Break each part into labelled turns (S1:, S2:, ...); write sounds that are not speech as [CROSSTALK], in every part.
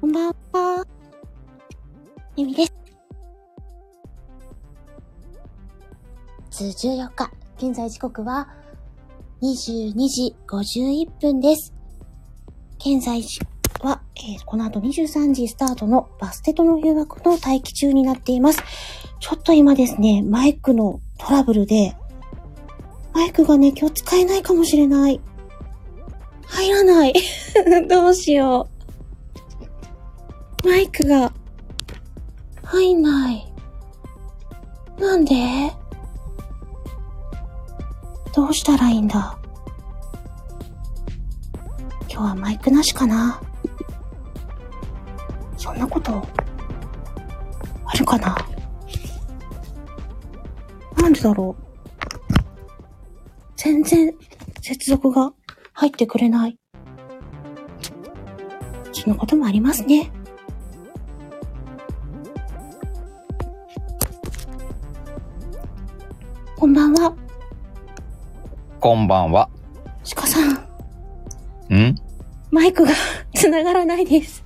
S1: こんばんは。ゆみです。数14日、現在時刻は22時51分です。現在時は、えーこの後23時スタートのバステとの誘惑の待機中になっています。ちょっと今ですね、マイクのトラブルで、マイクがね、今日使えないかもしれない。入らない。 [LAUGHS] どうしよう。マイクが、入んない。なんでどうしたらいいんだ今日はマイクなしかなそんなこと、あるかななんでだろう全然、接続が入ってくれない。そのこともありますね。こんばんは、
S2: こんばんは。
S1: 鹿さん。
S2: ん
S1: マイク
S2: [LAUGHS]
S1: が繋がらないです。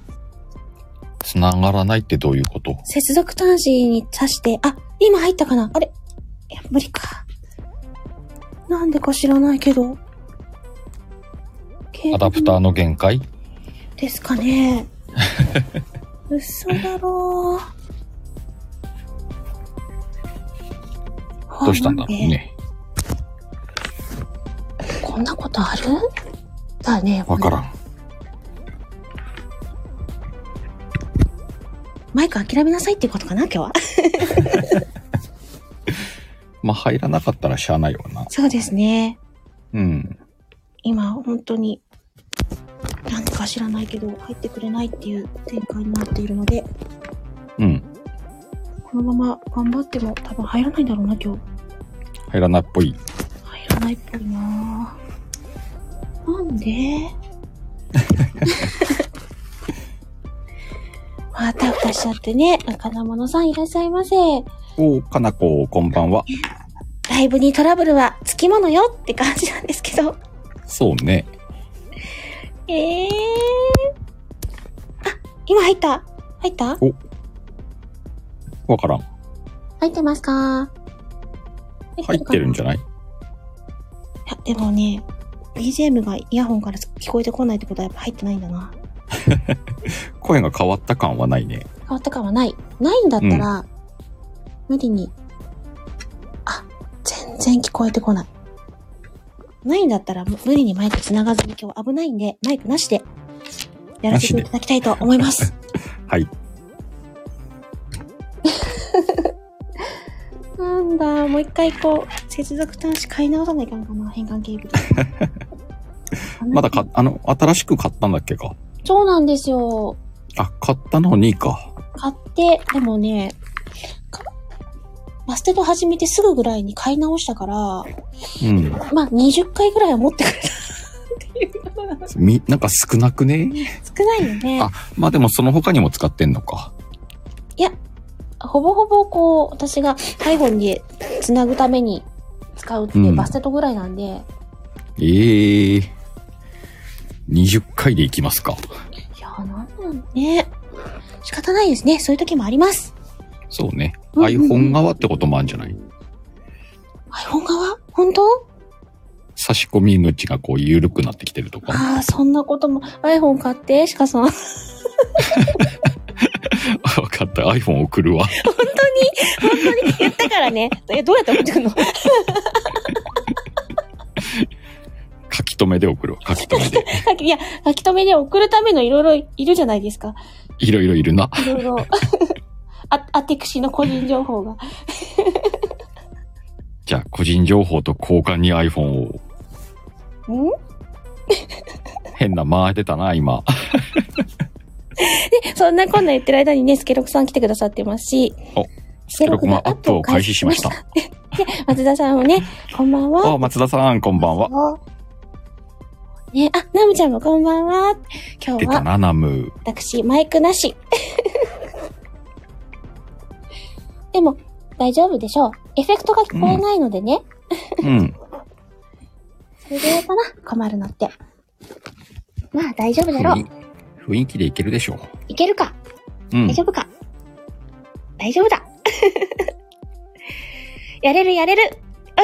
S2: 繋がらないってどういうこと
S1: 接続端子に挿して、あ、今入ったかなあれいや、無理か。なんでか知らないけど。
S2: アダプターの限界
S1: ですかね。嘘だろう。
S2: [LAUGHS] どうしたんだろうね。
S1: あ。なんでこんなことあるだね。
S2: わからん。
S1: マイク諦めなさいっていうことかな、今日は。 [LAUGHS]
S2: まあ、入らなかったらしゃあないわな。
S1: そうですね。
S2: うん。
S1: 今、本当に、なんでか知らないけど、入ってくれないっていう展開になっているので、
S2: うん。
S1: このまま頑張っても多分入らないんだろうな、今日。
S2: 入らないっぽい。
S1: 入らないっぽいなぁなんでまたふたしちゃってね、金物さんいらっしゃいませ。
S2: おう、かなこ、こんばんは。
S1: ライブにトラブルはつきものよって感じなんですけど。
S2: そうね。
S1: ええー。あ、今入った入った
S2: わからん。
S1: 入ってますか
S2: 入ってるんじ
S1: ゃ
S2: ゃない
S1: いや、でもね、BGM がイヤホンから聞こえてこないってことはやっぱ入ってないんだな。
S2: 声が変わった感はないね。
S1: 変わった感はない。ないんだったら、無理に。あ、全然聞こえてこない。ないんだったら、む無理にマイク繋がずに今日は危ないんで、マイクなしで、やらせていただきたいと思います。
S2: はい。
S1: [LAUGHS] なんだ、もう一回こう、接続端子買い直さないかんかな、変換ケーブ
S2: [LAUGHS]
S1: ル。
S2: まだか、あの、新しく買ったんだっけか。
S1: そうなんですよ。
S2: あ、買ったのにか。
S1: 買って、でもね、かバステと始めてすぐぐらいに買い直したから、
S2: うん。
S1: まあ20回ぐらいは持ってくれた [LAUGHS] っていうのが
S2: み、なんか少なくね
S1: 少ないよね。
S2: あまあでもその他にも使ってんのか。
S1: ほぼほぼこう、私が iPhone で繋ぐために使うって
S2: うん
S1: バステットぐらいなんで、
S2: ええー。20回でいきますか。
S1: いやー、なんなんね。仕方ないですね。そういう時もあります。
S2: そうね。
S1: うんうんうん
S2: iPhone 側ってこともあるんじゃない
S1: iPhone 側本当
S2: 差し込み口がこう緩くなってきてるとか。
S1: ああ、そんなことも。iPhone 買って、シカさん。本
S2: わかった。iPhone 送るわ。
S1: 当に言ったからね。え、どうやって送ってくんの [LAUGHS]
S2: 書き留めで送るわ。書き留めで。
S1: いや、書き留めで送るためのいろいろいるじゃないですか。
S2: いろいろいるな。
S1: いろいろ。あ、あてくしの個人情報が。
S2: じゃあ、個人情報と交換に iPhone を。
S1: ん
S2: 変な間出たな、今。
S1: そんなこんな言ってる間にね、スケロクさん来てくださってますし、
S2: スケロクマアップを開始しました。
S1: 松田さんもね、こんばんは。
S2: あ、松田さん、こんばんは。
S1: ね、あ、ナムちゃんもこんばんは。今日
S2: 出た
S1: は
S2: な、ナム。
S1: 私、マイクな
S2: [LAUGHS]
S1: し。でも、大丈夫でしょう。エフェクトが聞こえないのでね、
S2: うん。
S1: それでかな、困るのって。まあ、大丈夫だろう。
S2: 雰囲気でいけるでしょ
S1: いけるか
S2: う。うん
S1: 大。丈夫か、大丈夫だ [LAUGHS] やれるやれるよ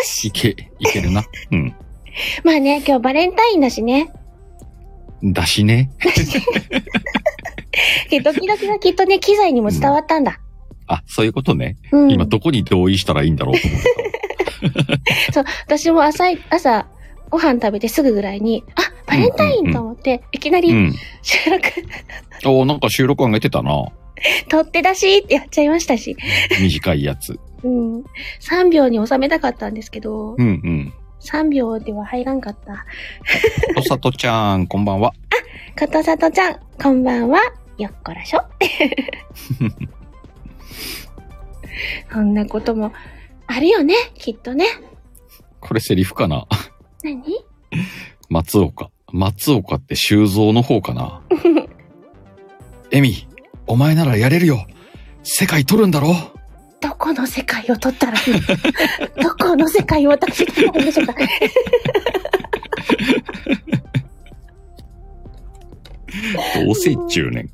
S2: い
S1: し
S2: け、いけるな。うん。
S1: まあね、今日バレンタインだしね。
S2: だしね。
S1: ドキドキがきっとね、機材にも伝わったんだ。
S2: あ、そういうことね。
S1: うん。
S2: 今どこに同意したらいいんだろうと思って
S1: 私も朝い、朝、ご飯食べてすぐぐらいに、あ、バレンタインと思って、いきな
S2: た。う
S1: り
S2: ん。
S1: 収録、
S2: おーなんか収録上げてたな。
S1: 取って出しってやっちゃいましたし。
S2: 短いやつ。
S1: うん。3秒に収めたかったんですけど、
S2: うんうん。
S1: 3秒では入らんかった。
S2: とさとちゃん、こんばんは。
S1: ことさとちゃん、こんばんは。よっこらし [LAUGHS] ょ。そんなこともあるよね、きっとね。
S2: これセリフかな
S1: 何
S2: 松岡。松岡って修造の方か [LAUGHS] なエミ、お前ならやれるよ。世界取るんだろ
S1: どこの世界を取ったらいい [LAUGHS] のどこの世界を私が取るんでしょうか
S2: どうせ10年。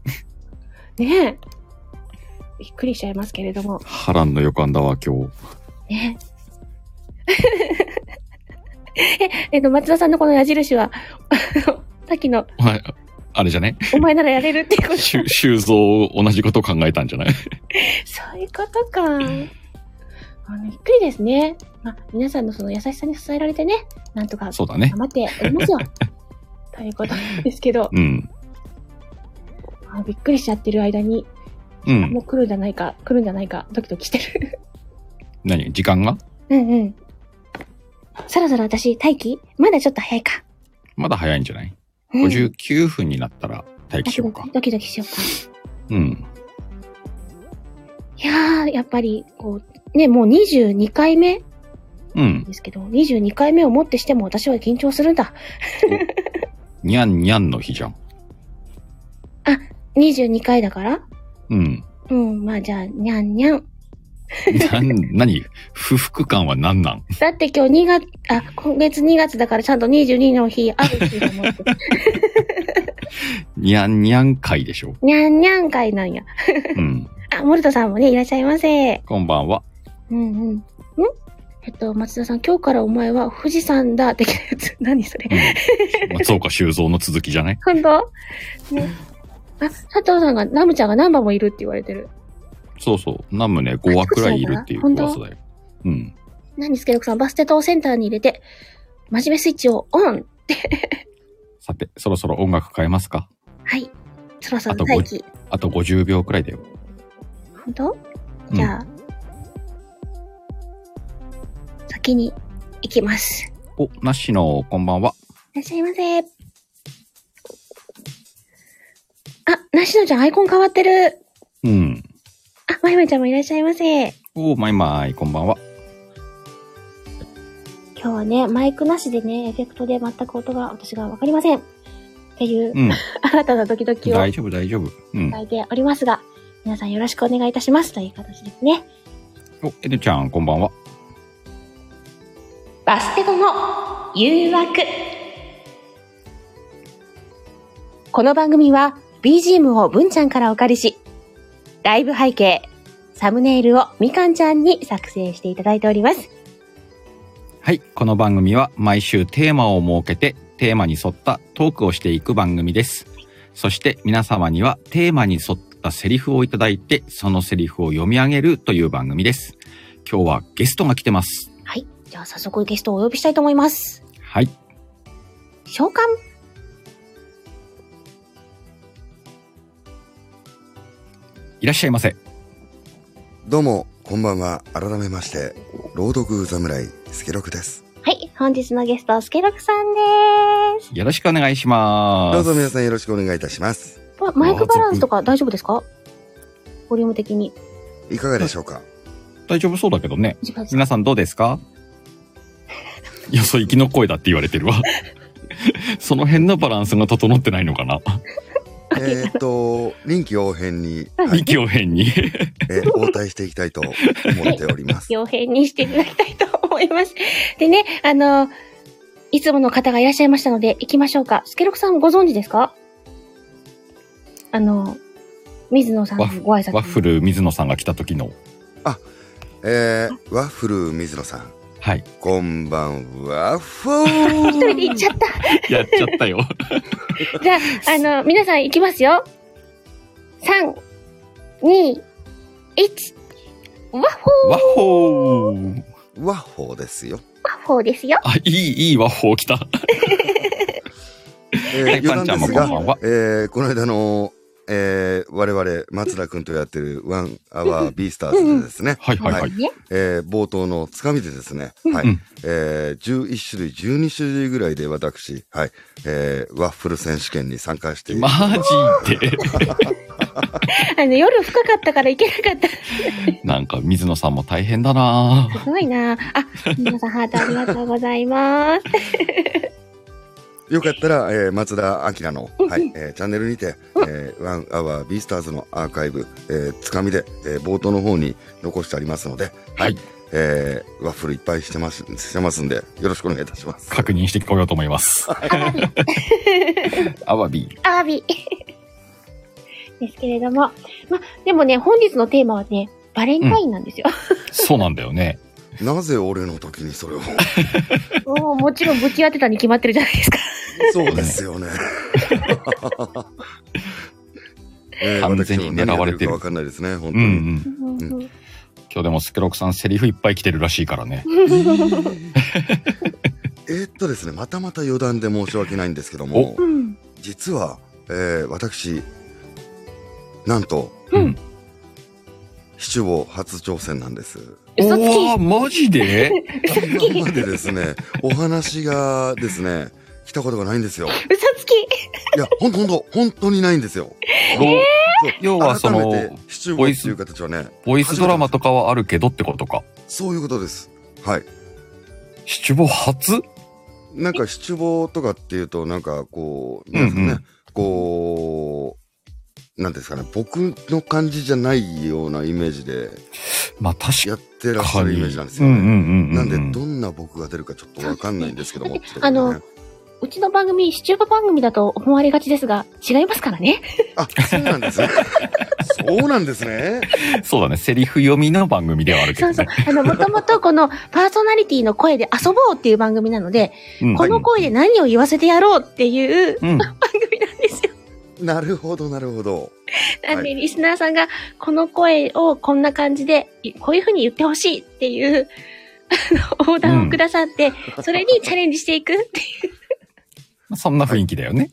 S1: [LAUGHS] ねえ。びっくりしちゃいますけれども。
S2: 波乱の予感だわ、今日。
S1: ね [LAUGHS] え。えっと、松田さんのこの矢印は、 [LAUGHS] あのさっきの、
S2: はい。あれじゃ [LAUGHS] ね
S1: お前ならやれるっていうこと。
S2: 修修造同じこと考えたんじゃない
S1: そういうことか。あの、びっくりですね。まあ、皆さんのその優しさに支えられてね、なんとか
S2: そ
S1: 頑
S2: うだね。
S1: 張っております [LAUGHS] よ。ということですけど、
S2: うん。
S1: あのびっくりしちゃってる間に、
S2: う
S1: あも
S2: ん。
S1: う来るんじゃないか、来るんじゃないか、ドキドキしてる。
S2: 何時間が
S1: うんうん。そろそろ私、待機まだちょっと早いか。
S2: まだ早いんじゃない
S1: うん
S2: ?59 分になったら待機しようか。
S1: ドキドキしようか。
S2: うん。
S1: いやー、やっぱり、こう、ね、もう22回目
S2: うん。
S1: ですけど、22回目をもってしても私は緊張するんだ。
S2: にゃんにゃんの日じゃん。
S1: 22回だから
S2: うん。
S1: うん、まあじゃあ、にゃんにゃん。
S2: なん、何不服感は何なん
S1: だって今日2月、あ、今月2月だからちゃんと22の日あるしと思
S2: [LAUGHS]
S1: って。
S2: にゃんにゃん会でしょ
S1: にゃんにゃん会なんや。
S2: うん。
S1: あ、モルトさんもね、いらっしゃいませ。
S2: こんばんは。
S1: うんうん。んえっと、松田さん、今日からお前は富士山だ、的なやつ。 [LAUGHS] 何それ
S2: う。 [LAUGHS] ん、松岡修造の続きじゃない
S1: 本当ね。あ、佐藤さんが、ナムちゃんが何番もいるって言われてる。そう
S2: そう。ナムね、5話くらいいるっていう
S1: 本当
S2: 噂だよ。うん。
S1: 何スケロクさん、バステ島センターに入れて、真面目スイッチをオン
S2: さて、そろそろ音楽変えますか
S1: はい。そろそ
S2: あ
S1: ろ
S2: と
S1: 待機。
S2: あと50秒くらいだよ。
S1: 本当
S2: うん
S1: じゃあ、先に行きます。
S2: お、なっしの、こんばんは。
S1: いらっしゃいませ。あ、なしのちゃんアイコン変わってる。
S2: うん。
S1: あ、まゆめちゃんもいらっしゃいませ。
S2: おマイマイ、こんばんは。
S1: 今日はね、マイクなしでね、エフェクトで全く音が私がわかりません。っていう、
S2: うん。
S1: 新たなドキドキを与
S2: 大丈夫、大丈夫。うん。
S1: えておりますが、皆さんよろしくお願いいたしますという形ですね。
S2: お、エルちゃん、こんばんは。
S1: バステドの誘惑。この番組は BGM を文ちゃんからお借りし、ライブ背景、サムネイルをみかんちゃんに作成していただいております。
S2: はい。この番組は毎週テーマを設けて、テーマに沿ったトークをしていく番組です。そして皆様にはテーマに沿ったセリフをいただいて、そのセリフを読み上げるという番組です。今日はゲストが来てます。
S1: はい。じゃあ早速ゲストをお呼びしたいと思います。
S2: はい。
S1: 召喚
S2: いらっしゃいませ。
S3: どうも、こんばんは。改めまして、朗読侍、スケロクです。
S1: はい。本日のゲスト、スケロクさんでーす。
S2: よろしくお願いします。
S3: どうぞ皆さんよろしくお願いいたします。
S1: あマイクバランスとか大丈夫ですかボリューム的に。
S3: いかがでしょうか
S2: 大丈夫そうだけどね。
S1: 大丈夫です
S2: 皆さんどうですかよそ行きの声だって言われてるわ。その辺のバランスが整ってないの
S3: [LAUGHS]
S2: かな。
S3: えーっと、臨機応変に、はい
S2: 息を変に。 [LAUGHS]
S3: えー応対していきたいと思っております。
S1: 傭兵にしていただきたいと思います。 [LAUGHS] でね、あの、いつもの方がいらっしゃいましたので、行きましょうか。スケロクさんご存知ですかあの、水野さんのご挨拶。
S2: ワッフル水野さんが来た時の。
S3: えー、ワッフル水野さん、
S2: はい。
S3: こんばんは。ふ
S1: 一人 [LAUGHS] で行っちゃった。
S2: やっちゃったよ。
S1: じゃあ、あの、皆さん行きますよ。3、2、1。ワッホー
S2: ワッホー
S3: ーワッホーですよ。
S1: ワッホーですよ。
S2: あ、いい、いいワッホー来た。
S3: え
S2: はい、パン
S3: 余
S2: ちゃんも
S3: 談です
S2: こんば
S3: が、
S2: んは。
S3: えー、この間の、えー、我々、松田くんとやってるワンアワービースターズでですね、
S2: はいはいはい。
S1: ね。
S3: えー、冒頭のつかみでですね、は
S2: う
S3: い
S2: ん、
S3: えー、11種類、12種類ぐらいで私、はい、えー、ワッフル選手権に参加している
S2: マジで。
S1: あの、夜深かったから行けなかった。
S2: なんか水野さんも大変だなぁ
S1: すごいなあ、皆さんハートありがとうござい
S2: [LAUGHS]
S1: ます。
S3: よかったら、えー、松田明の、
S1: うん
S3: はいえーチャンネルにて、えー、ワンアワービースターズのアーカイブ、えー、つかみで、えー冒頭の方に残してありますので、
S2: はい。
S3: えー、ワッフルいっぱいしてますしてますんで、よろしくお願いいた
S2: [LAUGHS]
S3: します。
S2: 確認してこようと思います。
S1: アワビ、
S2: アワビ。
S1: アワビ。 [LAUGHS] ですけれども。ま、でもね、本日のテーマはね、バレンタインなんですよ。
S2: そうなんだよね。
S3: なぜ俺の時にそれを
S1: [LAUGHS] もうもちろんぶち当てたに決まってるじゃないですか。
S3: そうで
S2: [LAUGHS]
S3: すよね。え
S2: 完全に狙われてる
S3: 私も何やかわかんないですね、本
S2: う
S3: 当
S2: んう
S3: に。
S2: ん。
S1: うん
S2: 今日でもスケロクさんセリフいっぱい来てるらしいからね。
S3: えーっとですね、またまた余談で申し訳ないんですけども、
S1: うん。
S3: 実は、えー、私、なんと、
S1: うん。
S3: 七五初挑戦なんです。
S1: 嘘つき
S2: おー、マジで
S3: 今までですね、お話がですね、来たことがないんですよ。
S1: 嘘つき
S3: いや、ほんとほんと、本当にないんですよ。そう
S2: 要はその
S3: 改めて七五っていう形はね、
S2: ボイスドラマとかはあるけどってことか。
S3: そういうことです。はい。
S2: 七五初
S3: なんか七五とかっていうと、なんかこう、なんですかね、
S2: うんう
S3: こう、なんですかね、僕の感じじゃないようなイメージで
S2: まあ確
S3: やってらっし
S2: か
S3: ゃるイ
S2: に。
S3: メージなんですよ、
S2: うんう
S3: ね。
S2: んうんう
S3: なん
S2: ん。
S3: で、どんな僕が出るかちょっとわかんないんです
S2: [LAUGHS]
S3: けども。ちょっとね
S1: あのうちの番組、シチューバ番組だと思われがちですが、違いますからね。
S3: あ、そうなんですね。そうなんですね。
S2: そうだね。セリフ読みの番組ではあるけど
S1: そう
S2: ね。
S1: そう。あの、もともとこのパーソナリティの声で遊ぼうっていう番組なので、
S2: うん
S1: この声で何を言わせてやろうっていう
S2: うん。
S1: 番組なんですよ。
S3: なるほど、なるほど。
S1: なんで、リスナーさんが、この声をこんな感じで、いこういう風に言ってほしいっていう、 [LAUGHS] あの、オーダーをくださって、それにチャレンジしていくってい
S2: そんな雰囲気だよね。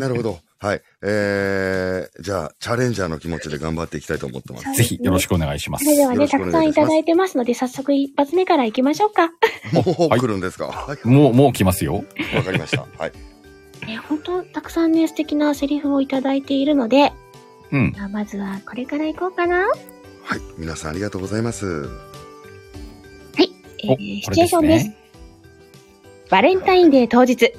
S3: なるほど。はい。えー、じゃあ、チャレンジャーの気持ちで頑張っていきたいと思ってます。
S1: う。
S2: ぜひよろしくお願いします
S1: そ。れでは
S3: よ
S1: ね、
S3: ろしたくお
S1: くさん
S3: 願い
S1: い
S3: いたします
S1: ただいてますので、早速一発目から行きましょうか。
S3: もう
S2: はい
S3: 来るんですかはい。
S2: もう、もう来ますよ。
S3: わかりました。はい。
S1: え本当たくさんね、素敵なセリフをいただいているので、
S2: うん。
S1: まあまずはこれから行こうかな。
S3: はい。皆さんありがとうございます。
S1: え
S2: お、こ
S1: ーシ
S2: れ
S1: チュエ
S2: で
S1: ーショ
S2: す
S1: ンです。
S2: ね。
S1: バレンタインデー当日、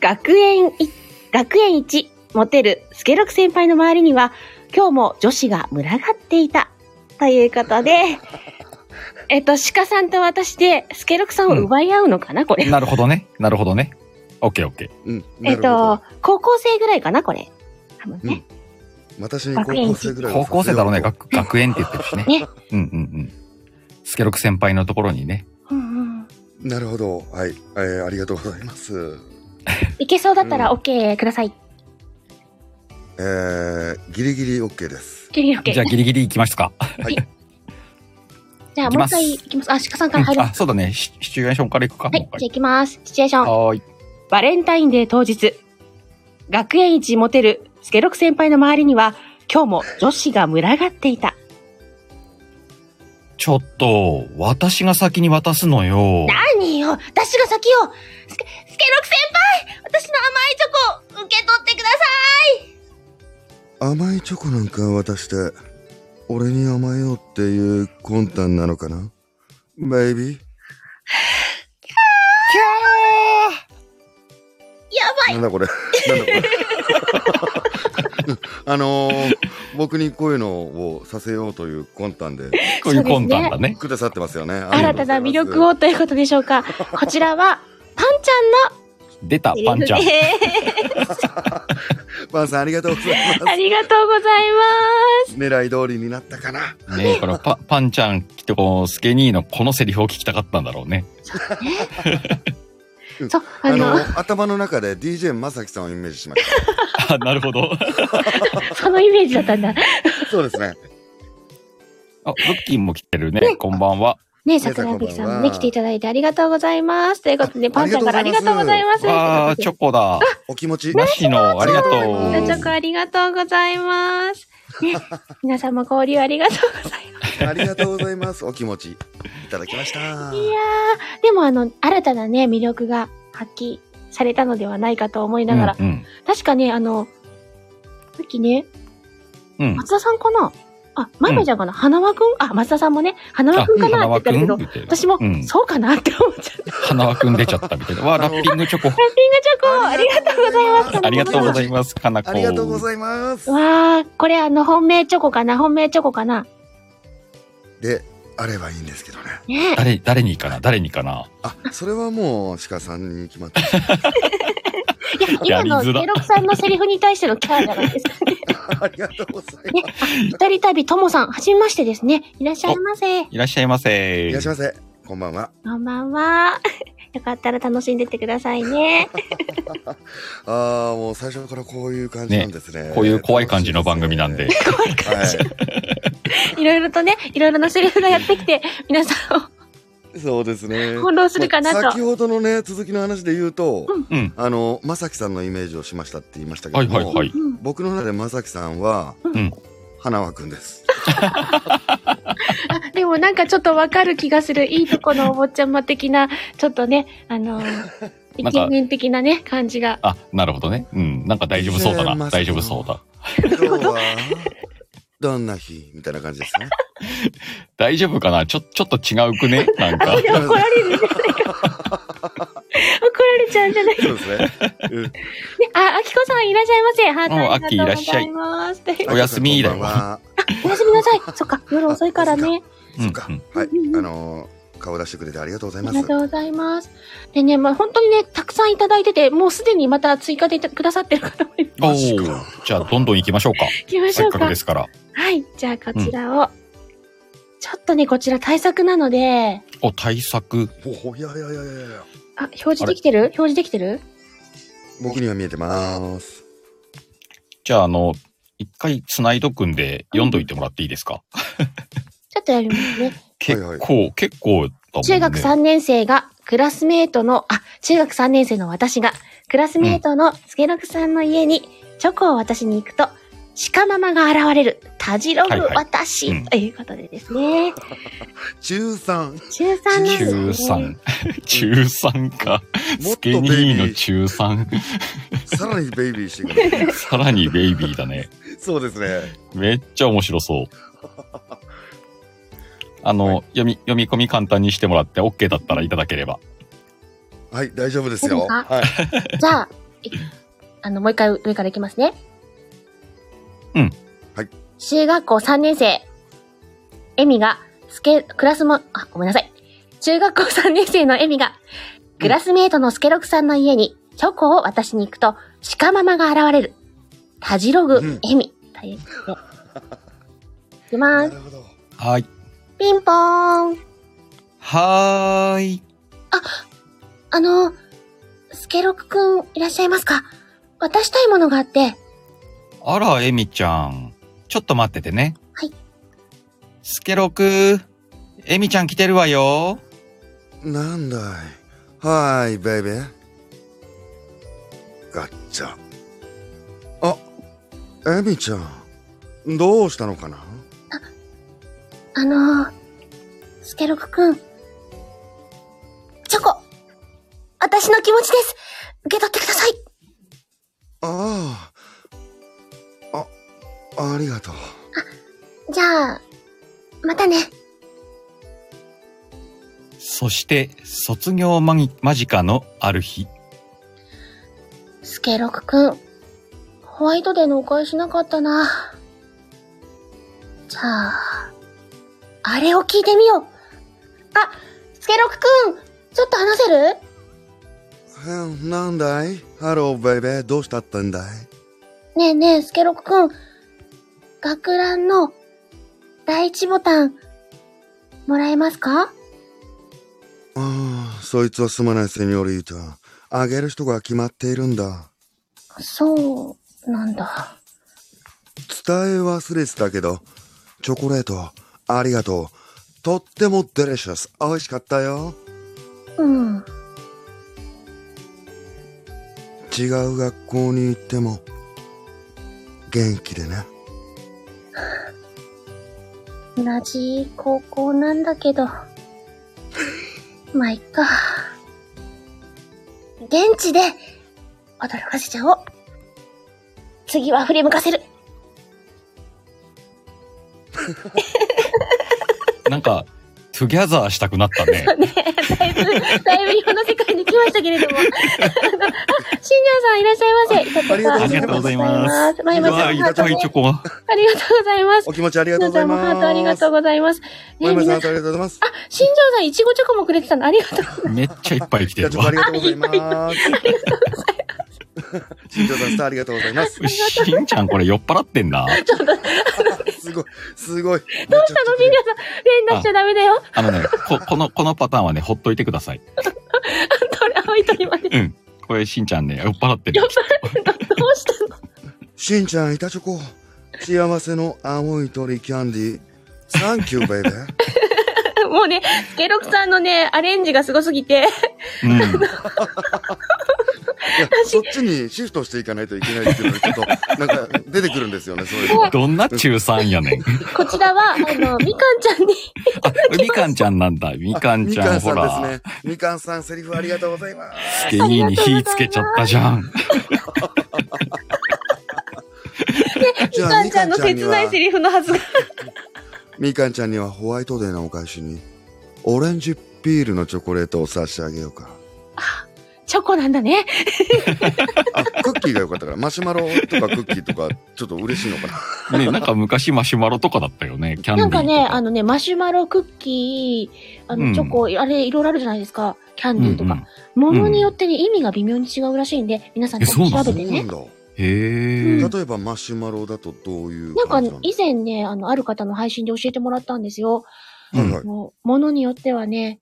S1: 学園い、学園一、モテる、スケロク先輩の周りには、今日も女子が群がっていた。ということで、えっと、鹿さんと私で、スケロクさんを奪い合うのかな、これ。
S2: なるほどね。なるほどね。オッケーオッケー。
S3: うん。
S1: えっ
S3: なるほ
S1: と、高校生ぐらいかな、これ。多分ね。
S3: ど私に高校生ぐらい
S2: 高校生だろうね。
S3: 学
S2: 学、学園って言ってるしね。
S1: ね。
S2: うんうんうん。スケロク先輩のところにね。
S1: うんうん。
S3: なるほど。はい。えー、ありがとうございます。
S1: いけそうだったら
S3: う
S1: OK ください。
S3: えー、ギリギリ OK です。
S1: ギリ OK。
S2: じゃあギリギリ行きましたか。
S1: じゃあ、
S2: 行き
S1: もう
S2: ま
S1: 一
S2: す
S1: 回行きます。あ、鹿さんから入りま
S2: あ、
S1: す。
S2: そうだね。シシチュエーションから行くか。
S1: はい。
S2: も
S1: じ
S2: う
S1: ゃあ
S2: 一
S1: 行きます。シチュエーション
S2: 回。はーい。
S1: バレンタインデー当日、学園一モテるスケロク先輩の周りには、今日も女子が群がっていた。
S2: ちょっと、私が先に渡すのよ。
S1: 何よ私が先よスケ、スケロク先輩私の甘いチョコ受け取ってくださ
S3: 甘いチョコなんか渡して、俺に甘えようっていう魂胆なのかなベイビー
S1: いやばい
S3: なんだこれ。なんだこれ。あのー、僕にこういうのをさせようという魂胆で
S2: こういう魂胆だね。
S3: くださってますよね。
S1: 新たな魅力
S3: を。
S1: をということでしょうか。こ [LAUGHS] ちらは、パンちゃんの
S2: 出た、パンちゃん。
S1: セリフです
S3: ワンさんありがとうござい
S1: ありがとうございま
S3: ます。狙い通りになったかな。
S2: ねえ、これパ、 [LAUGHS] パンちゃん、きっとこのスケニーのこのセリフを聞きたかったんだろうね。
S1: す。そう、あ
S3: あの
S1: の、
S3: 頭の中で DJ まさきさんをイメージしまし
S2: あ、なるほど。
S1: そのイメージだったんだ。ね
S3: た。そうですね。
S2: あ、ブッキンも来てるね。こんばんは。
S1: え、桜井美樹さんもね、来ていただいてありがとうございます。ということで、パンちゃんからあ
S3: あ
S1: り
S3: り
S1: がと
S3: がと
S1: う
S3: う
S1: ご
S3: ご
S1: ざ
S3: ざ
S1: い
S3: い
S1: ま。
S3: ます
S2: わあ、チョコだ。
S3: お気持ち。
S2: なしの、ありがと
S3: ナ
S1: ナチョ
S2: う。
S1: コありがとうございます。ね、皆様交流ありがとうございます。
S3: ありがとうございます。お気持ち。いただきました。
S1: いやー、でもあの、新たなね、魅力が発揮されたのではないかと思いながら、
S2: うんうん。
S1: 確かね、あの、さっきね、
S2: うん。
S1: 松田さんかなあ、まゆみちゃんかな、花輪くんあ、松田さんもね、花輪くんかな
S2: 花輪
S1: って
S2: く
S1: 言っ
S2: ん
S1: たけど、
S2: みたいな
S1: 私も
S2: う、ん。
S1: そうかなって思っちゃった。
S2: 花輪くん出ちゃったみたいな。わあ、ラッピング
S1: [LAUGHS]
S2: チョコ。
S1: ラッピングチョコありがとうございます。
S2: ありがとうござい
S1: ま
S2: ます、かなこ。
S3: ありがとうございます。
S1: わー、これあの、本命チョコかな本命チョコかな
S3: で、あればいいんですけどね。
S1: ね
S2: 誰、誰にかな誰にかな
S3: あ、それはもう鹿さんに決まって
S1: [LAUGHS]
S3: ます。
S1: いや、今の
S2: やりづら
S1: 06さんのセリフに対してのキャーじゃないですか。
S3: ありがとうござい
S1: ね
S3: ま、
S1: あ、 [LAUGHS] 二人旅ともさん、はじめましてですね。いらっしゃいませ。
S2: いらっしゃいませ。
S3: す。いらっしゃいませ。こんばんは。
S1: こんばんは。 [LAUGHS] よかったら楽しんでってください
S2: [LAUGHS]
S1: ね。
S3: ああ、もう最初からこういう感じなんですね。
S2: こういう怖い感じの番組なんで。
S1: 怖い感
S3: 楽しいですね。
S1: いろいろとね、いろいろなセリフがやってきて、皆さんを
S3: はい。そうですね。
S1: 翻弄するかなと
S3: まあ先ほどのね、続きの話で言うと、
S2: うん。
S3: あの、まさきさんのイメージをしましたって言いましたけ
S2: は
S3: ど
S2: い
S3: も、
S2: はいはい。
S1: うん
S3: 僕の中でまさきさんは、
S2: ん
S3: 花輪く
S2: [LAUGHS]
S3: んです。
S1: でもなんかちょっとわかる気がする。いいとこのお坊ちゃま的な、ちょっとね、あ
S2: [LAUGHS]
S1: のー、イ
S2: なんか
S1: ケメン的なね、感じが。
S2: あ、なるほどね。うん。なんか大丈夫そうだ
S3: いや
S2: な。
S3: まさか
S2: 大丈夫そうだ。
S3: 今日は、どんな日みたいな感じですね。
S2: 大丈夫かなちょ、ちょっと違うくねなんか。
S1: で怒られるん [LAUGHS] じゃないか。怒られちゃうんじゃないか。ね、
S3: そうですね。うん
S1: あ、あきこさんいらっしゃいませ。はー
S2: おう
S1: た、ありがとうござ
S2: あき
S1: い
S2: い
S1: ます。
S2: [LAUGHS] おやすみだよ
S3: こんばんは。
S1: [LAUGHS] おやすみなさい。そっか、夜遅いからね。
S2: うん
S3: そっか
S2: うん。
S3: はい。
S1: うん
S3: あのー、顔出してくれてありがとうござい
S1: あ
S3: ま
S1: りが
S3: す
S1: と。うございます。でね、まあ本当にね、たくさんいただいてて、もうすでにまた追加でいたくださってる方もいる
S2: おーじゃあ、どんどん行きましょうか。
S1: [LAUGHS] 行きまし
S2: せ
S1: ょ
S2: っ
S1: う
S2: かく
S1: か
S2: で。すから。
S1: はい、じゃあこちらを。ちょっとね、こちら対策なので、
S2: お、対策。
S3: ほほいやいやいやいやいや。
S1: あ、表示できてる表示できてる
S3: 僕には見えてます。
S2: じゃあ、あの、一回繋いどくんで読んどいてもらっていいですか、
S1: ちょっとやりますね。
S2: 結構、
S3: はい
S2: 結構だもんね。
S1: 中学3年生が、クラスメートの、あ、中学3年生の私が、クラスメートのスケロクさんの家に、チョコを渡しに行くと、鹿ママが現れる、たじろぐ
S2: はいはい
S1: 私、
S2: うん
S1: ということでですね。
S3: 中三。
S1: 中3です、ね。
S2: 中3。中3か。
S3: もっ
S2: ス
S3: と
S2: ケニ
S3: ベイビ
S2: ーの
S3: ー
S2: 中3。
S3: さらにベイビーしてくれる。
S2: [LAUGHS] さらにベイビーだね。
S3: そうですね。
S2: めっちゃ面白
S3: [LAUGHS]
S2: そう。あの、
S3: は
S2: 読み、読み込み簡単にしてもらって OK だったらいただければ。
S3: はい、大丈夫です
S1: 大丈
S3: よ。
S1: 夫
S3: はい。
S1: じゃあ、いあの、もう一回上からいきますね。
S2: うん。
S3: はい。
S1: 中学校3年生、エミが、スケ、クラスも、あ、ごめんなさい。中学校3年生のエミが、クラスメートのスケロクさんの家にチョコを渡しに行くと、鹿ママが現れる。たじろ
S3: うん
S1: ぐ、エミ。ということで。いきま
S3: な
S1: す。
S3: るほど。
S2: はい。
S1: ピンポーン。
S2: はーい。
S1: あの、スケロクくんいらっしゃいますか渡したいものがあって、
S2: あら、エミちゃん。ちょっと待っててね。
S1: はい。
S2: スケロク、エミちゃん来てるわよ。
S3: なんだい。はーい、ベイビー。ガッチャ。あ、エミちゃん。どうしたのかな
S1: あのー、スケロクくん。チョコ私の気持ちです受け取ってください
S3: ああ。あ、ありがとう。
S1: じゃあ、またね。
S2: そして、卒業間ぎ間近のある日。
S1: スケロクくん。ホワイトデーのお返しなかったな。じゃあ、あれを聞いてみようあ、スケロクくんちょっと話せる
S3: えなんだいハロー、ベイベー。どうしたったんだい
S1: ねえねえ、スケロクくん。学ランの第一ボタン、もらえますか
S3: ああ、そいつはすまないセニョリータ。あげる人が決まっているんだ。
S1: そう、なんだ。
S3: 伝え忘れてたけど、チョコレート、ありがとう。とってもデリシャス。美味しかったよ。
S1: うん。
S3: 違う学校に行っても、元気でね。
S1: 同じ高校なんだけど。まあ、いっか。現地で、驚かせちゃおう。次は振り向かせる。
S2: なんか、トゥギャザーしたくなったね。
S1: ね、だいぶ、だいぶいろんな世界に来ましたけれども。あの、あ新庄さんいらっしゃいませ。いただきます
S3: ありがとうご
S2: ざいます
S1: ありがとうございます。
S2: わあ、い
S1: まゆま
S2: っ
S1: ちゃん、ハート
S2: ぱいチョコが。
S1: ありがとうございます
S3: お。気持ちありがとうございます。
S1: 新庄さんもハートありがとうございます。ね、
S3: ございます。
S1: 皆
S3: あり
S1: さん、
S3: がとうございます。
S1: 新庄さん、いちごチョコもくれてたの、ありがとう。
S2: めっちゃいっぱい来て
S3: じゃあ、
S2: る
S3: チョコあ
S2: わ
S3: り。がとうござい [LAUGHS] ます。新庄さん、スターありがとうございます。
S2: しんちゃんこれ酔っ払ってんな。
S3: すごい、すごい。どうしたの、
S1: 新庄さん、連打しちゃダメだよ。
S2: あのね、こ、この、このパターンはね、ほっといてください。
S1: これ、青い鳥まで。ど
S2: うん。これ、しんちゃんね、酔っ払ってる。
S1: うしたの
S3: しんちゃん、いたチョコ。幸せの青い鳥キャンディー。サンキ [LAUGHS] ュー、ベイベー。
S1: もうね、スケロクさんのね、アレンジがすごすぎて、
S2: うん。
S3: いや、そっちにシフトしていかないといけないっていうのが、ちょ [LAUGHS] っと、なんか、出てくるんですよね、そういうのが。
S2: どんな中3やねん。
S1: こちら
S2: [LAUGHS]
S1: は、あの、みかんちゃんに、
S2: あ、みかんちゃんなんだ。みかん
S3: み
S2: ち
S3: か
S2: ゃん、
S3: ん
S2: ほ
S3: さ
S2: ら
S3: ん。ですね。みかんさん、セリフありがとうございます。
S2: スケニーに火つけちゃったじゃん。
S1: み
S3: じゃあ
S1: かんちゃんの
S3: みかんちゃんに
S1: 切
S3: は
S1: ないセリフのはずが。
S3: みかんちゃんにはホワイトデーのお返しに、オレンジピールのチョコレートを差し上げようか。 [LAUGHS]
S1: チョコなんだね。
S3: あ、クッキーが良かったから、マシュマロとかクッキーとか、ちょっと嬉しいのかな。
S2: ね、なんか昔マシュマロとかだったよね。キャンデ
S1: なん
S2: ィーと
S1: か
S2: か。
S1: ね、あのね、マシュマロ、クッキー、あ
S2: う
S1: の、
S2: ん
S1: チョコ、あれ、いろいろあるじゃないですか。キャンディーと
S2: うんう
S1: か
S2: ん。
S1: ものによってね、意味が微妙に違うらしいんで、皆さんち
S2: え
S1: ょっと
S2: そうな
S1: 調
S2: の
S1: べ
S3: そ
S1: て
S3: うな
S1: ね
S3: ん。だ。
S2: へえ。
S3: 例えばマシュマロだとどういう
S1: なんか
S3: 感じなの、
S1: 以前ね、あの、ある方の配信で教えてもらったんですよ。
S2: うん
S3: はいはい。
S1: もう、ものによってはね、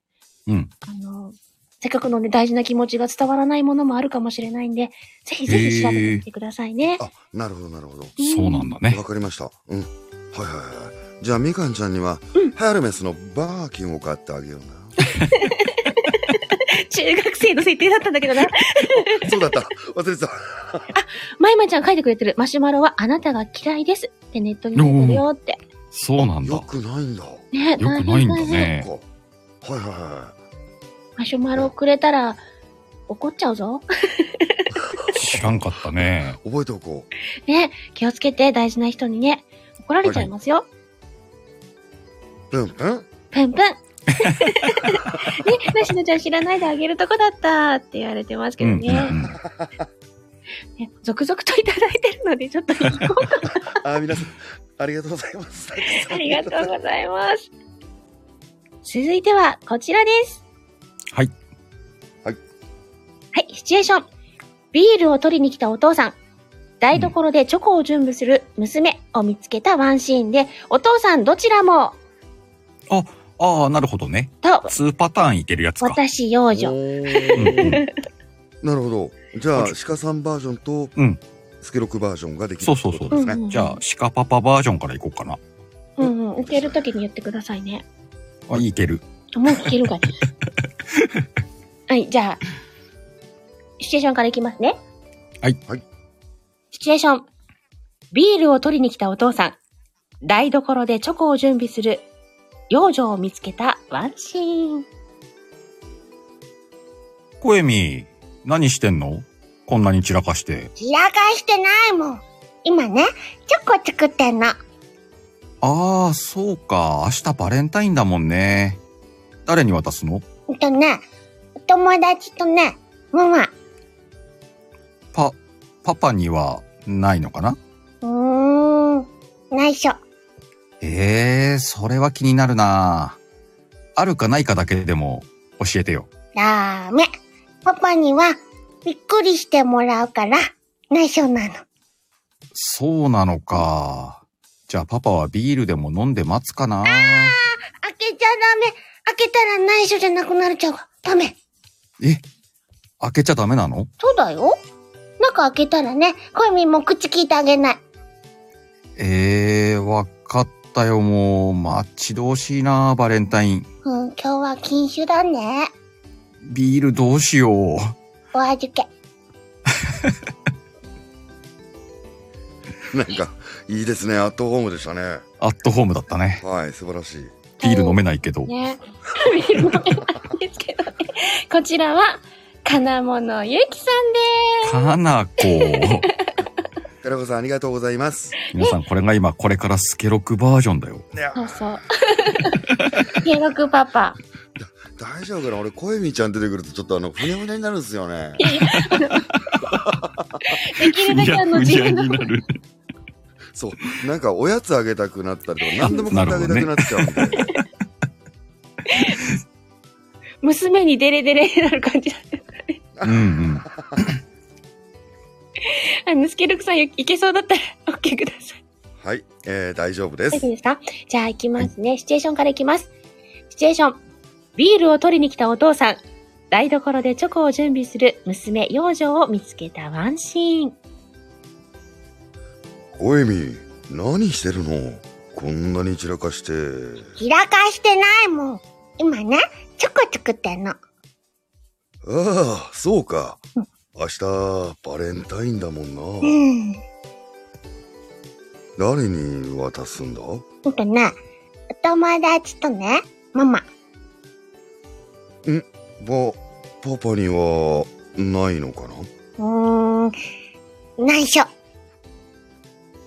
S2: うん。
S1: あの、せっかくのね、大事な気持ちが伝わらないものもあるかもしれないんで、ぜひぜひ調べてみてくださいね。
S3: あ、なるほど、なるほど。
S2: そうなんだね
S3: わ。かりました。うん。はいはいはい。じゃあ、みかんちゃんには、
S1: うん
S3: ヘルメスのバーキンを買ってあげような。 [LAUGHS]
S1: 中学生の設定だったんだけどな。
S3: そうだった。忘れてた。
S1: まいまいちゃん書いてくれてる。マシュマロはあなたが嫌いです。ってネットに書いてるよって。
S2: そうなんだ
S3: よ。くないんだ。
S1: ね、
S2: よくないんだ
S1: 大変大変
S2: ね。
S3: はいはいは
S1: マシュマロくれたら、怒っちゃうぞ。
S2: 知らんかったね。
S3: い。覚えておこう。
S1: ね、気をつけて大事な人にね、怒られちゃいますよ。
S3: プンプン。
S1: ぷんぷん。 [LAUGHS] ね、なしのちゃん知らないであげるとこだったって言われてますけ
S2: うん
S1: ど
S2: うんう
S1: ね。
S2: ん。
S1: ね続々といただいてるので、ちょっと行こう
S3: あー、皆さん、ありがとうございます。
S1: ありがとうございます。続いては、こちらです。
S2: はい。
S3: はい。
S1: はい、シチュエーション。ビールを取りに来たお父さん。台所でチョコを準備する娘を見つけたワンシーンで、お父さんどちらも、
S2: ああ、なるほどね。
S1: と、
S2: 2パターンいけるやつか。
S1: 私養
S3: お
S1: 女。
S3: ー [LAUGHS] なるほど。じゃあ、
S2: うん
S3: 鹿さんバージョンと、
S2: うん
S3: スケロクバージョンができる
S2: そうそうそう
S3: ってことで
S1: う
S3: す
S1: ん
S3: ね。
S2: じゃあ、鹿パパバージョンからいこうかな。
S1: うんうん、受けるときに言ってくださいね。
S2: あ、いける。
S1: もう聞けるが
S2: [LAUGHS]
S1: ね。はい、じゃあ、シチュエーションからいきますね。
S2: はい
S3: はい。
S1: シチュエーション。ビールを取りに来たお父さん。台所でチョコを準備する、幼女を見つけたワンシーン。
S2: コエミ、何してんのこんなに散らかして。
S1: 散らかしてないもん。今ね、チョコ作ってんの。
S2: ああ、そうか。明日バレンタインだもんね。誰に渡すの
S1: ほんとね、お友達とね、ママ。
S2: パ、パパにはないのかな
S1: うーん、内緒。
S2: ええそれは気になるな。あるかないかだけでも教えてよ。
S1: ダメ。パパには、びっくりしてもらうから、内緒なの。
S2: そうなのか。じゃあパパはビールでも飲んで待つかな。
S1: 開けちゃダメ。開けたら内緒じゃなくなるちゃうわ。ダメ。
S2: え、開けちゃダメなの
S1: そうだよ。中開けたらね、恋みも口聞いてあげない。
S2: えー、わかったよ、もう。待ち遠しいな、バレンタイン。
S1: うん、今日は禁酒だね。
S2: ビールどうしよう。
S1: お預け。
S3: [LAUGHS] なんか、いいですね。アットホームでしたね。
S2: アットホームだったね。
S3: はい、素晴らしい。
S2: ビール飲めないけど。
S4: ね。見るものなんですけどね。こちらは、金物ゆきさんで
S2: かなこ。
S3: 寺子さん、ありがとうございます。
S2: 皆さん、これが今、これからスケロクバージョンだよ。
S3: いや、
S4: す。
S1: [LAUGHS]
S4: そうそう。ケロクパパ。
S3: 大丈夫かな俺、声みちゃん出てくると、ちょっとあの、ふにゃふにゃになるんですよ [LAUGHS] ね。
S4: できるだけあの自分の
S2: になる。
S3: そう。なんか、おやつあげたくなったり
S2: [LAUGHS]
S3: とか、何でも買ってあげたくなっちゃうんで。
S4: 娘にデレデレになる感じだった。
S2: うんうん。
S4: あの、スケルクさんいけそうだったら OK ください。
S3: はい、えー、大丈夫で
S4: 大
S3: す
S4: 丈。夫ですかじゃあ行きますね。シチュエーションから行きます。シチュエーション。ビールを取りに来たお父さん。台所でチョコを準備する娘、幼女を見つけたワンシーン。
S3: おえみ、何してるのこんなに散らかして。
S1: 開かしてないもん。今ね、チョコ作ってんの。
S3: ああ、そうか。明日、バレンタインだもんな。
S1: うん。
S3: 誰に渡すんだ
S1: ほんとね、お友達とね、ママ。
S3: ば、パパには、ないのかな
S1: うーん、内緒。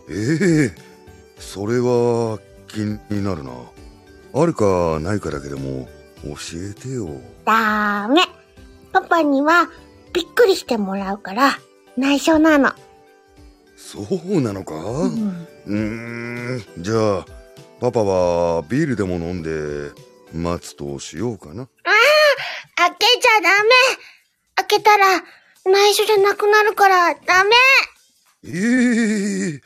S3: ええそれは、気になるな。あるかないかだけでも、教えてよ。
S1: ダメ。パパにはびっくりしてもらうから、内緒なの。
S3: そうなのか
S1: う、
S3: うんーん、じゃあ、パパは、ビールでも飲んで、待つとしようかな。
S1: 開けちゃダメ。開けたら、内緒じゃなくなるから、ダメ。
S3: ええ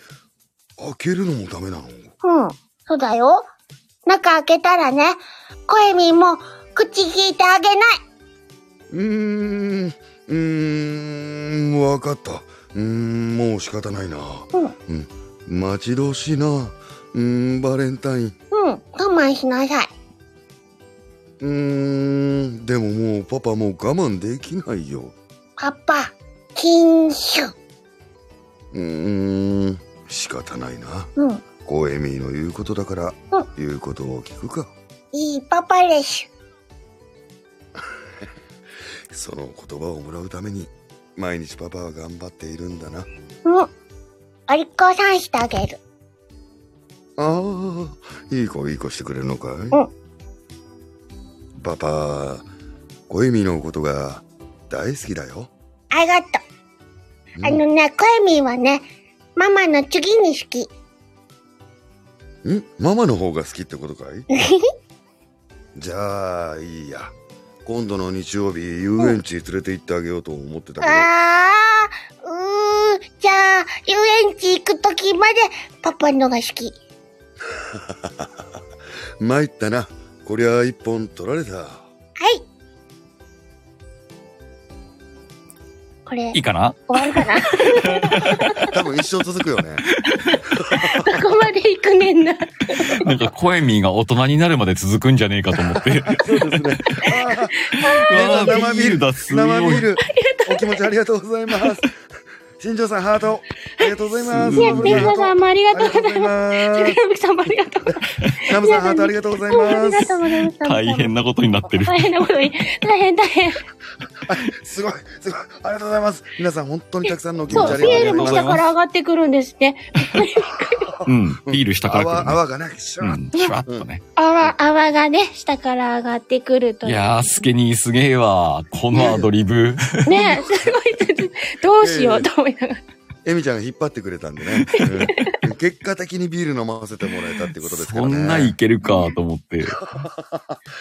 S3: 開けるのもダメなの
S1: うん、そうだよ。中開けたらね、声みも口聞いてあげないう
S3: ーん、うーん、わかった。うーん、もう仕方ないな。うん、待ち遠しいな。うーん、バレンタイン。。
S1: うん、我慢しなさい。
S3: うーん、でももうパパもう我慢できないよ。
S1: パパ、禁酒。
S3: うーん、仕方ないな。
S1: うん、
S3: コエミーの言うことだから
S1: うん、
S3: 言うことを聞くか。
S1: いいパパです。
S3: その言葉をもらうために、毎日パパは頑張っているんだな。
S1: うん、お利口さんしてあげる。
S3: ああ、いい子いい子してくれるのかいパパ、小指のことが大好きだよ。
S1: ありがとう。
S3: うん
S1: あのね、声みはね、ママの次に好き。
S3: んママの方が好きってことかいじゃあ、いいや。今度の日曜日、遊園地連れて行ってあげようと思ってたけど。
S1: あー、うー、じゃあ、遊園地行くときまでパパのが好き。
S3: 参ったな。こりゃ一本取られた。
S1: はい。これ
S2: いい、かな
S1: 終わるか
S3: [LAUGHS]
S1: なこ
S3: 多分一生続くよね。
S4: ここまで行くねんな。
S2: なんか、コエミーが大人になるまで続くんじゃねえかと [LAUGHS] 思って。
S3: [LAUGHS] そうですね。あ
S2: わー
S3: あ、生ビール
S2: だ、すご
S3: 生ビー
S2: い。
S3: ル。 [LAUGHS] お気持ちありがとうございます。新庄さん、ハート。ありがとうございます。
S2: いや
S4: ピン
S2: ピ
S4: コさんもありがとうございます。
S3: ありがとうござい
S4: 桜
S3: ます。
S4: 吹さんもありがとうございます。
S3: ナムさん、ハートありがとうございま
S1: ありがとう
S3: す。
S1: ございます。
S2: 大変なことになってる。
S4: 大変なことに。大変大変。
S3: すごい、すごい、ありがとうございます。皆さん、本当にたくさんのお気持ち
S4: そ
S3: あ
S4: う、
S3: り
S4: ビ
S3: がと
S4: ー
S3: う
S4: ル
S3: ご
S4: も
S3: ざい
S4: 下
S3: ます。
S4: から上がってくるんですね。
S2: うん。ビール下から来
S3: 泡、
S2: るね。
S3: 泡がね、シュ
S2: う
S3: ワッ
S2: ん、シュワッとね。
S4: 泡、泡がね、下から上がってくると
S2: い
S4: いう。
S2: やー、スケニーすげえわ。このアドリブ。
S4: ねすごい、どうしようと思いながら。
S3: エミちゃんが引っ張ってくれたんで [LAUGHS] ね。うん結果的にビール飲ませてもらえたってことですから
S2: そ
S3: ね。
S2: んないけるかと思って。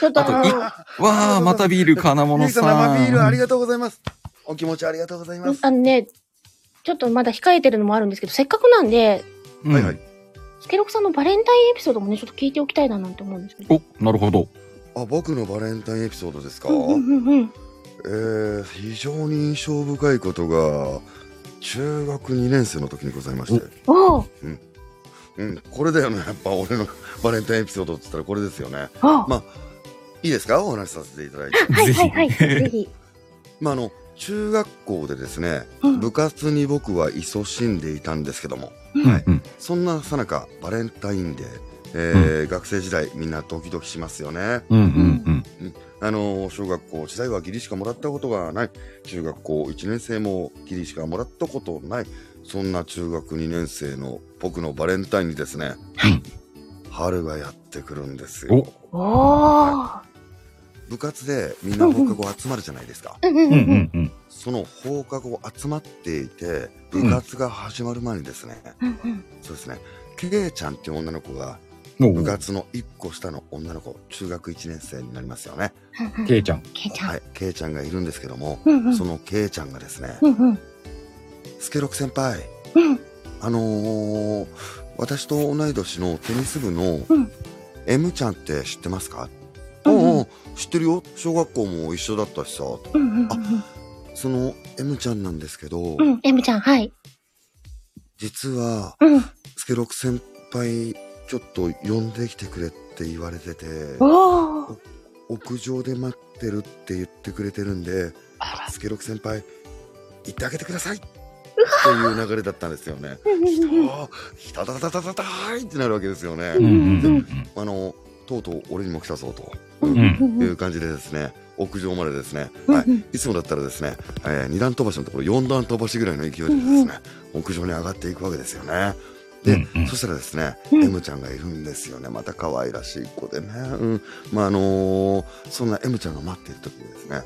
S4: ちょっと
S2: あと、い、
S4: あ
S2: わー、またビール、金
S3: ゆ
S2: 物
S3: きさ
S2: さ
S3: ん、生ビールあり
S2: ん。
S3: がとうございます。お気持ちありがとうございま
S4: の
S3: す、。
S4: あのね、
S1: ちょっとまだ控えてるのもあるんですけど、せっかくなんで、
S2: うん
S3: はいはい。
S1: スケロクさんのバレンタインエピソードもね、ちょっと聞いておきたいななんて思うんですけど。
S2: お、なるほど。
S3: あ、僕のバレンタインエピソードですか、
S1: うんうんうんうん。
S3: えー、非常に印象深いことが、中学2年生の時にございまして。
S1: おー
S3: うん、これだよね。やっぱ俺のバレンタインエピソードって言ったらこれですよね。
S1: あ
S3: まいいですかお話しさせていただいて。
S1: はい
S2: ぜひ
S1: はいはい。ぜひ。
S3: まあ、あの、中学校でですね、
S1: うん
S3: 部活に僕は勤しんでいたんですけども、
S2: うんうん
S3: そんなさなか、バレンタインデー、えー学生時代みんなドキドキしますよね。
S2: うんうん
S3: あのー小学校時代は義理しかもらったことがない中学校1年生も義理しかもらったことないそんな中学2年生の僕のバレンタインにですね、
S2: はい
S3: 春がやってくるんです
S2: うん
S3: よ。
S1: おー。
S3: 部活でみんな放課後集まるじゃないですか、
S1: うんうん
S2: お、う
S1: うん。
S2: うんんうん。
S3: その放課後集まっていて部活が始まる前にですね、
S1: うんうん。
S3: そうですねけいちゃんっていう女の子が
S2: お
S3: 部
S2: う、
S3: 活の1個下の女の子中学1年生になりますよね、
S2: けいちゃん。
S1: けいちゃん。
S3: はい、けいちゃんがいるんですけども、
S1: うんうん
S3: そ。のけいちゃんがですね、
S1: うんうん。
S3: スケロク先輩
S1: うん。
S3: あのー、私と同い年のテニス部の
S1: うん
S3: M ちゃんって知ってますか、
S1: う
S3: うんん
S1: う
S3: うんん、知ってるよ小学校も一緒だったしさ
S1: うんうんうん
S3: その M ちゃんなんですけど、
S1: うん。うん。エムちゃん、はい。
S3: 実は
S1: うん。
S3: スケロク先輩ちょっと呼んできてくれって言われてて
S1: おー。
S3: 屋上で待ってるって言ってくれてるんでスケロク先輩行ってあげてくださいっていう流れだったんですよね。
S1: うんうんうんうん
S3: ああ、ひたたたたたたーいってなるわけですよね。
S2: うんうんうん
S3: あのとうとう俺にも来たぞと
S2: うん
S1: うんうん
S3: いう感じでですね、屋上までですね、
S1: うん
S3: は
S1: うん
S3: い、いつもだったらですね、えー、2段飛ばしのところ4段飛ばしぐらいの勢いでですね、
S1: うんうん
S3: 屋上に上がっていくわけですよね。
S2: う
S3: で、
S2: んうん
S3: そしたらですね、
S1: うん
S3: M ちゃんがいるんですよね。また可愛らしい子でね。うん。まあ、あのーそんな M ちゃんが待っている時にですね、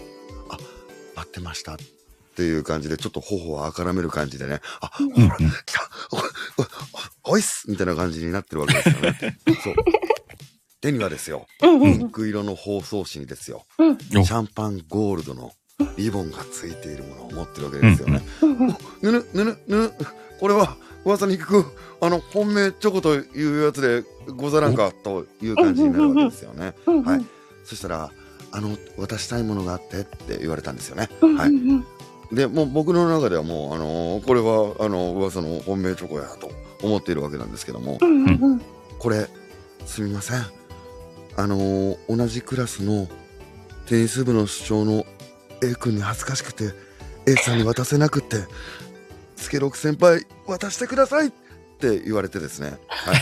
S3: あ、待ってましたっていう感じで、ちょっと頬をあからめる感じでね、あ、
S1: うん
S2: うんうん。
S3: 来たおお [LAUGHS] おおいっすみたいな感じになってるわけですよ
S1: [LAUGHS]
S3: ね。そう。手にはですよ、
S1: うんう
S3: ピ
S1: んう
S3: ン
S1: ん
S3: ク色の包装紙にですよ、
S1: うん
S3: シャンパンゴールドのリボンがついているものを持ってるわけですよね。
S1: うんうん
S3: ぬぬぬぬぬこれは噂に聞くあの本命チョコというやつでござらんかという感じになるわけですよね。
S1: うん
S3: はいそしたらあの渡したいものがあってって言われたんですよね。
S1: うん
S3: はい
S1: うん
S3: でもう僕の中ではもう、あのーこれはあの噂の本命チョコやと思っているわけなんですけども
S1: うんうんうん
S3: これすみませんあのー同じクラスのテニス部の主張の A 君に恥ずかしくて A さんに渡せなくって「スケロク先輩渡してください!」って言われてですね、は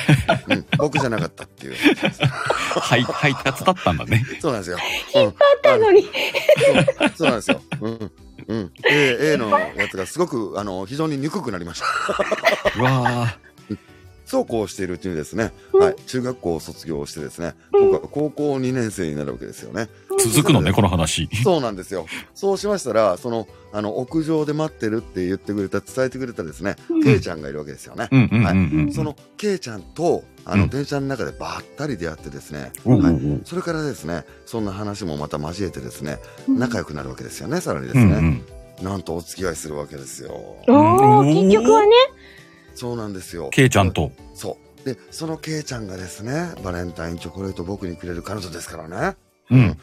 S3: いうん、僕じゃなかったっていう
S2: はい、配達だったんだね。
S3: そうなんですよ。うん
S1: たのに。
S3: そうそうなんですよ。うんうん、A, A のやつがすごくあの非常に憎くなりました。
S2: うわあ。
S3: そうこうしているうちにですね、
S1: うん
S3: はい、中学校を卒業してですね、
S1: うん
S3: 僕は高校2年生になるわけですよね。
S2: 続くのね、この話。
S3: そうなんですよ。そうしましたら、その、あの、屋上で待ってるって言ってくれた、伝えてくれたですね、
S1: うん
S3: ケイちゃんがいるわけですよね。
S2: うんうんうんうん。
S3: その、ケイちゃんと、あの、
S2: うん
S3: 電車の中でばったり出会ってですね、
S2: おうおう
S3: はい
S2: おう、
S3: それからですね、そんな話もまた交えてですね、
S1: うん
S3: 仲良くなるわけですよね、さらに
S2: う
S3: です
S2: んう
S3: ね。
S2: ん。
S3: なんとお付き合いするわけですよ。
S1: お
S2: う
S1: ー、
S2: ん
S1: 結局はね。
S3: そうなんですよ。
S2: けいちゃんと。
S3: そう。で、そのケイちゃんがですね、バレンタインチョコレートを僕にくれる彼女ですからね。
S2: うん。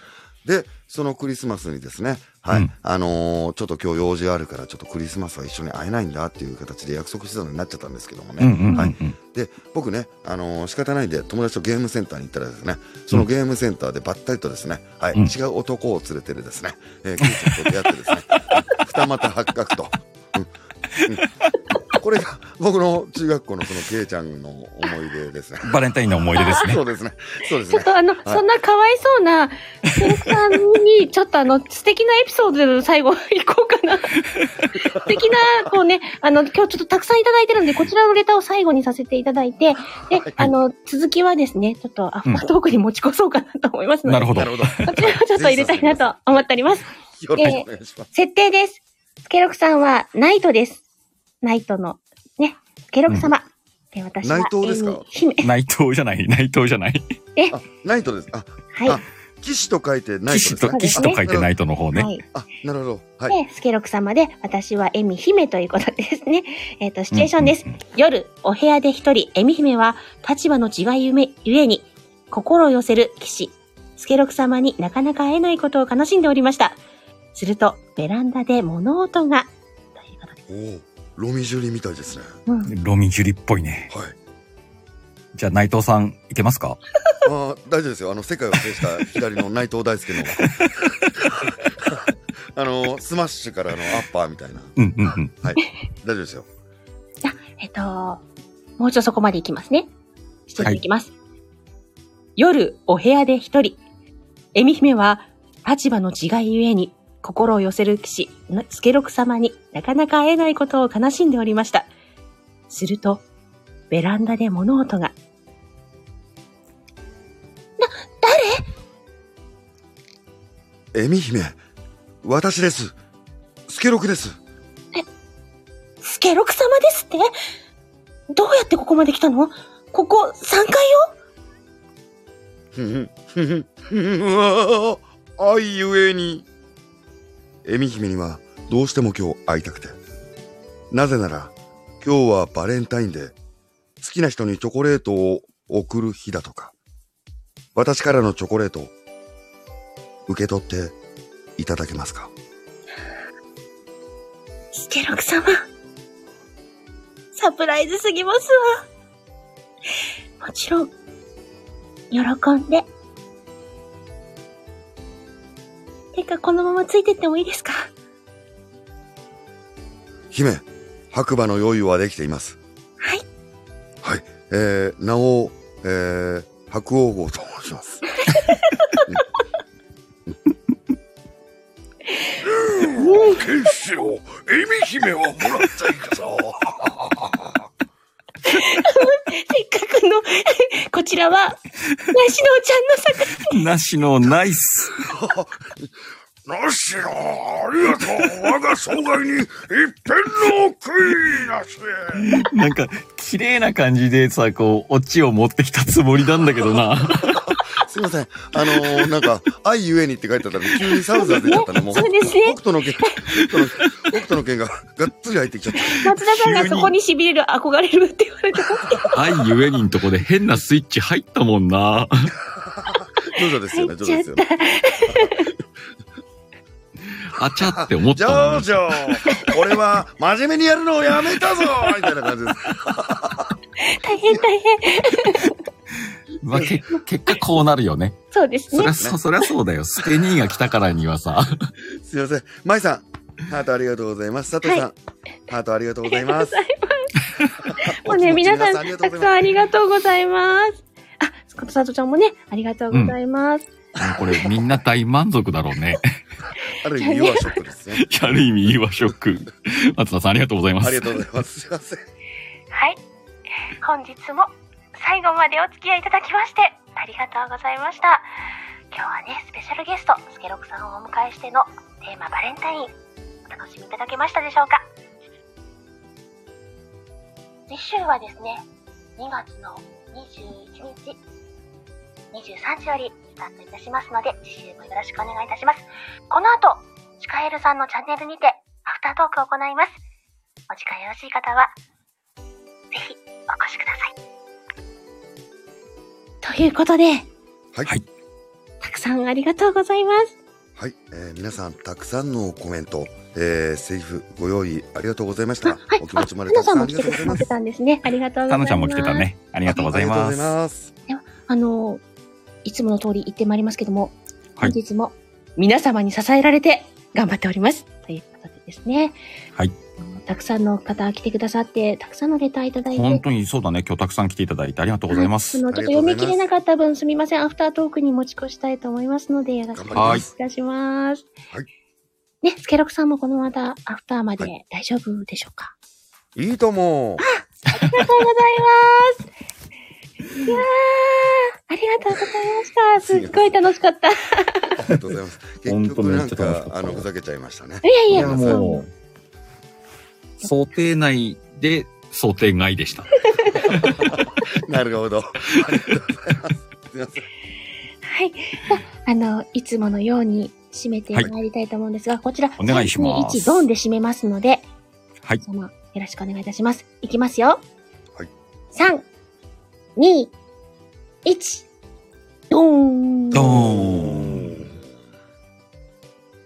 S3: で、そのクリスマスにですね、はい、
S2: うん
S3: あのーちょっと今日用事あるから、ちょっとクリスマスは一緒に会えないんだっていう形で約束してたのになっちゃったんですけども
S2: う
S3: ね。
S2: んうんうん。
S3: は
S2: はいい。
S3: で、僕ね、あのー仕方ないんで、友達とゲームセンターに行ったらですね、そのゲームセンターでばったりとですね、はい、
S2: うん
S3: 違う男を連れてるですね、えー、ケイちゃんと出会ってですね、 [LAUGHS] 二股発覚と。うんうんこれが僕の中学校のそのケイちゃんの思い出ですね。
S2: バレンタインの思い出ですね
S3: そ。うですね。そうです
S1: ちょっ
S3: ね。
S1: とあの、そんなかわいそうな、セルさんに、ちょっとあの、素敵なエピソードで最後行こうかな。素敵な、こうね、あの、今日ちょっとたくさんいただいてるんで、こちらのレターを最後にさせていただいて、で、あの、続きはですね、ちょっとアフタートークに持ち越そうかなと思いますので、
S2: [LAUGHS] なるほど
S3: な。るほど。
S1: こちらをちょっと入れたいなと思っております。
S3: よろしくお願いします。
S1: 設定です。スケロクさんはナイトです。ナイトの、ね、スケロク様。で、私は、
S3: 内藤ですか
S1: えー姫。
S2: 内藤じゃない、内藤じゃない。
S3: あ、ナイトです。あ、
S1: はい
S3: あ。騎士と書いてない
S2: 騎士と、
S1: そうで
S2: 騎
S1: す
S2: 士
S1: ね
S2: と書いてないとの方ね。
S1: はい。
S3: あ、なるほど。はい。
S1: で、スケロク様で、私はエミ姫ということですね。 [LAUGHS] えっ、と、シチュエーションです。
S2: うんうんうん。
S1: 夜、お部屋で一人、エミ姫は、立場の違いゆめゆえに、心を寄せる騎士、スケロク様になかなか会えないことを悲しんでおりました。すると、ベランダで物音が、ということで。
S3: おお、ロミジュリみたいですね。
S1: うん。
S2: ロミジュリっぽいね。
S3: はい。
S2: じゃあ内藤さん、いけますか
S3: ああ、大丈夫ですよ。あの、世界を制した左の内藤大輔の。 [LAUGHS] あの、スマッシュからのアッパーみたいな。
S2: うんうんうん。
S3: 大丈夫ですよ。
S1: えっと、もう一度そこまで行きますね。ちょっと行きます。夜、お部屋で一人。エミ姫は、立場の違いゆえに、心を寄せる騎士、スケロク様になかなか会えないことを悲しんでおりました。すると、ベランダで物音が。な、誰
S3: エミ姫、私です。スケロクです。
S1: スケロク様ですってどうやってここまで来たのここ3階よ
S3: ふんふんふんふんうわあ愛ゆえにエミ姫にはどうしても今日会いたくてなぜなら今日はバレンタインで好きな人にチョコレートを贈る日だとか私からのチョコレートを受け取っていただけますか
S1: スケロク様。サプライズすぎますわ。もちろん、喜んで。てか、このままついてってもいいですか
S3: 姫白馬の用意はできています
S1: はい。
S3: はいえー、なお、えー、白王号と申します
S5: おう、剣士よ、エミ姫はもらっていくぞ。
S1: せっかくの、 [LAUGHS] こちらは、梨のおちゃんの作
S2: [LAUGHS] なしのナイス。
S5: なしろ、ありがとう。我が総外に一片の悔いなし。
S2: なんか、綺麗な感じでさ、こう、オチを持ってきたつもりなんだけど [LAUGHS] な。
S3: すいません。あのー、なんか、愛ゆえにって書いてあったのに、急にサウザー出ちゃったのも
S1: そうですね
S3: 北斗の剣、北斗の北斗の剣ががっつり入ってきちゃった。
S1: 松田さんがそこに痺れる、憧れるって言われてますけど。
S2: 愛ゆえにんとこで変なスイッチ入ったもんな。
S3: ジョジョですよね、ジョジョですよね。
S2: あちゃって思っ
S3: ジ
S2: たも
S3: ョ
S2: ん
S3: ジョ俺は真面目にやるのをやめたぞみたいな感じです。
S1: 大変大変。
S2: まあ、け結果こうなるよね。
S1: そうです
S2: そり
S1: ね
S2: ゃ。そ、そりゃそうだよ。ステニーが来たからにはさ。
S3: すいません。舞さん、ハートありがとうございます。佐藤さん、ハートありがとうございます。 [LAUGHS]
S1: もうね、
S3: お気持ち
S1: 皆さん、
S3: ありがと
S1: た
S3: うご
S1: く
S3: ざ
S1: さんあ
S3: い
S1: りがとうございます。あ、スコットサトちゃんもね、ありがとうございます。
S2: これみんな大満足だろうね。
S3: ます。ある意味、ユアショックですね。
S2: [LAUGHS] ある意味、いい和食。松田さんありがとうございま
S3: あ
S2: す。
S3: りがとうござい
S1: [LAUGHS]
S3: ます。すいません。
S6: はい。本日も最後までお付き合いいただきましてありがとうございました。今日はね、スペシャルゲスト、スケロクさんをお迎えしてのテーマバレンタイン、お楽しみいただけましたでしょうか次週はですね、2月の21日、23時よりスタートいたしますので、次週もよろしくお願いいたします。この後、シカエルさんのチャンネルにて、アフタートークを行います。お時間よろしい方は、ぜひお越しください。
S1: ということで、
S3: はい。
S2: はい
S1: たくさんありがとうございます。
S3: はい、えー皆さんたくさんのコメント、えー、セリフご用意ありがとうございまし
S1: あ
S3: た。
S1: はい、
S3: お気持
S1: あ、
S3: ち
S1: か
S3: までた
S1: なさ
S3: くさ
S1: ん
S3: んあ
S1: も
S3: り
S1: 来
S3: が
S1: て
S3: と
S1: くださ
S3: うございま
S1: っ
S3: す
S1: て。たんですね。ありがとうございま
S2: かな
S1: す。
S2: ちゃんも来てた。ね。ありがとうござい
S3: あ
S2: ま
S3: りがとうご
S2: す。
S3: ざいます。
S1: あの、いつもの通り言ってまいりますけども、
S2: は
S1: 本
S2: い
S1: 日も皆様に支えられて頑張っております。ということでですね。
S2: はい
S1: あの。たくさんの方来てくださって、たくさんのレターいただいて。
S2: 本当にそうだね。今日たくさん来ていただいてありがとうございま
S1: あ
S2: す。
S1: の、ちょっと読み切れなかった分すみません。アフタートークに持ち越したいと思いますので、よろしくお願いいたします。
S3: はいはい
S1: ね、スケロクさんもこのまたアフターま
S3: は
S1: で大丈夫でしょうか、
S3: いいとも。
S1: ありがとうございます。いやー、ありがとうございました。すっごい楽しかった。い
S3: ありがとうございます。結
S2: [LAUGHS] 本当
S3: 局
S2: め
S3: な
S2: っ
S3: ん
S2: ちゃ楽しかっ
S3: か
S2: た
S3: あのふざけちゃいましたね。
S1: やい
S2: い
S1: や、
S2: や、もう、想定内で想定外でした。
S3: なるほど。ありがとうございます。すみません。
S1: はい。まああの、いつものように締めてま
S2: はい
S1: いりたいと思うんですが、こちら、
S2: お願いします
S1: 1、ドンで締めますので、
S2: はい
S1: 皆様よろしくお願いいたします。いきますよ。
S3: はい。
S1: 3、2、1、ドーン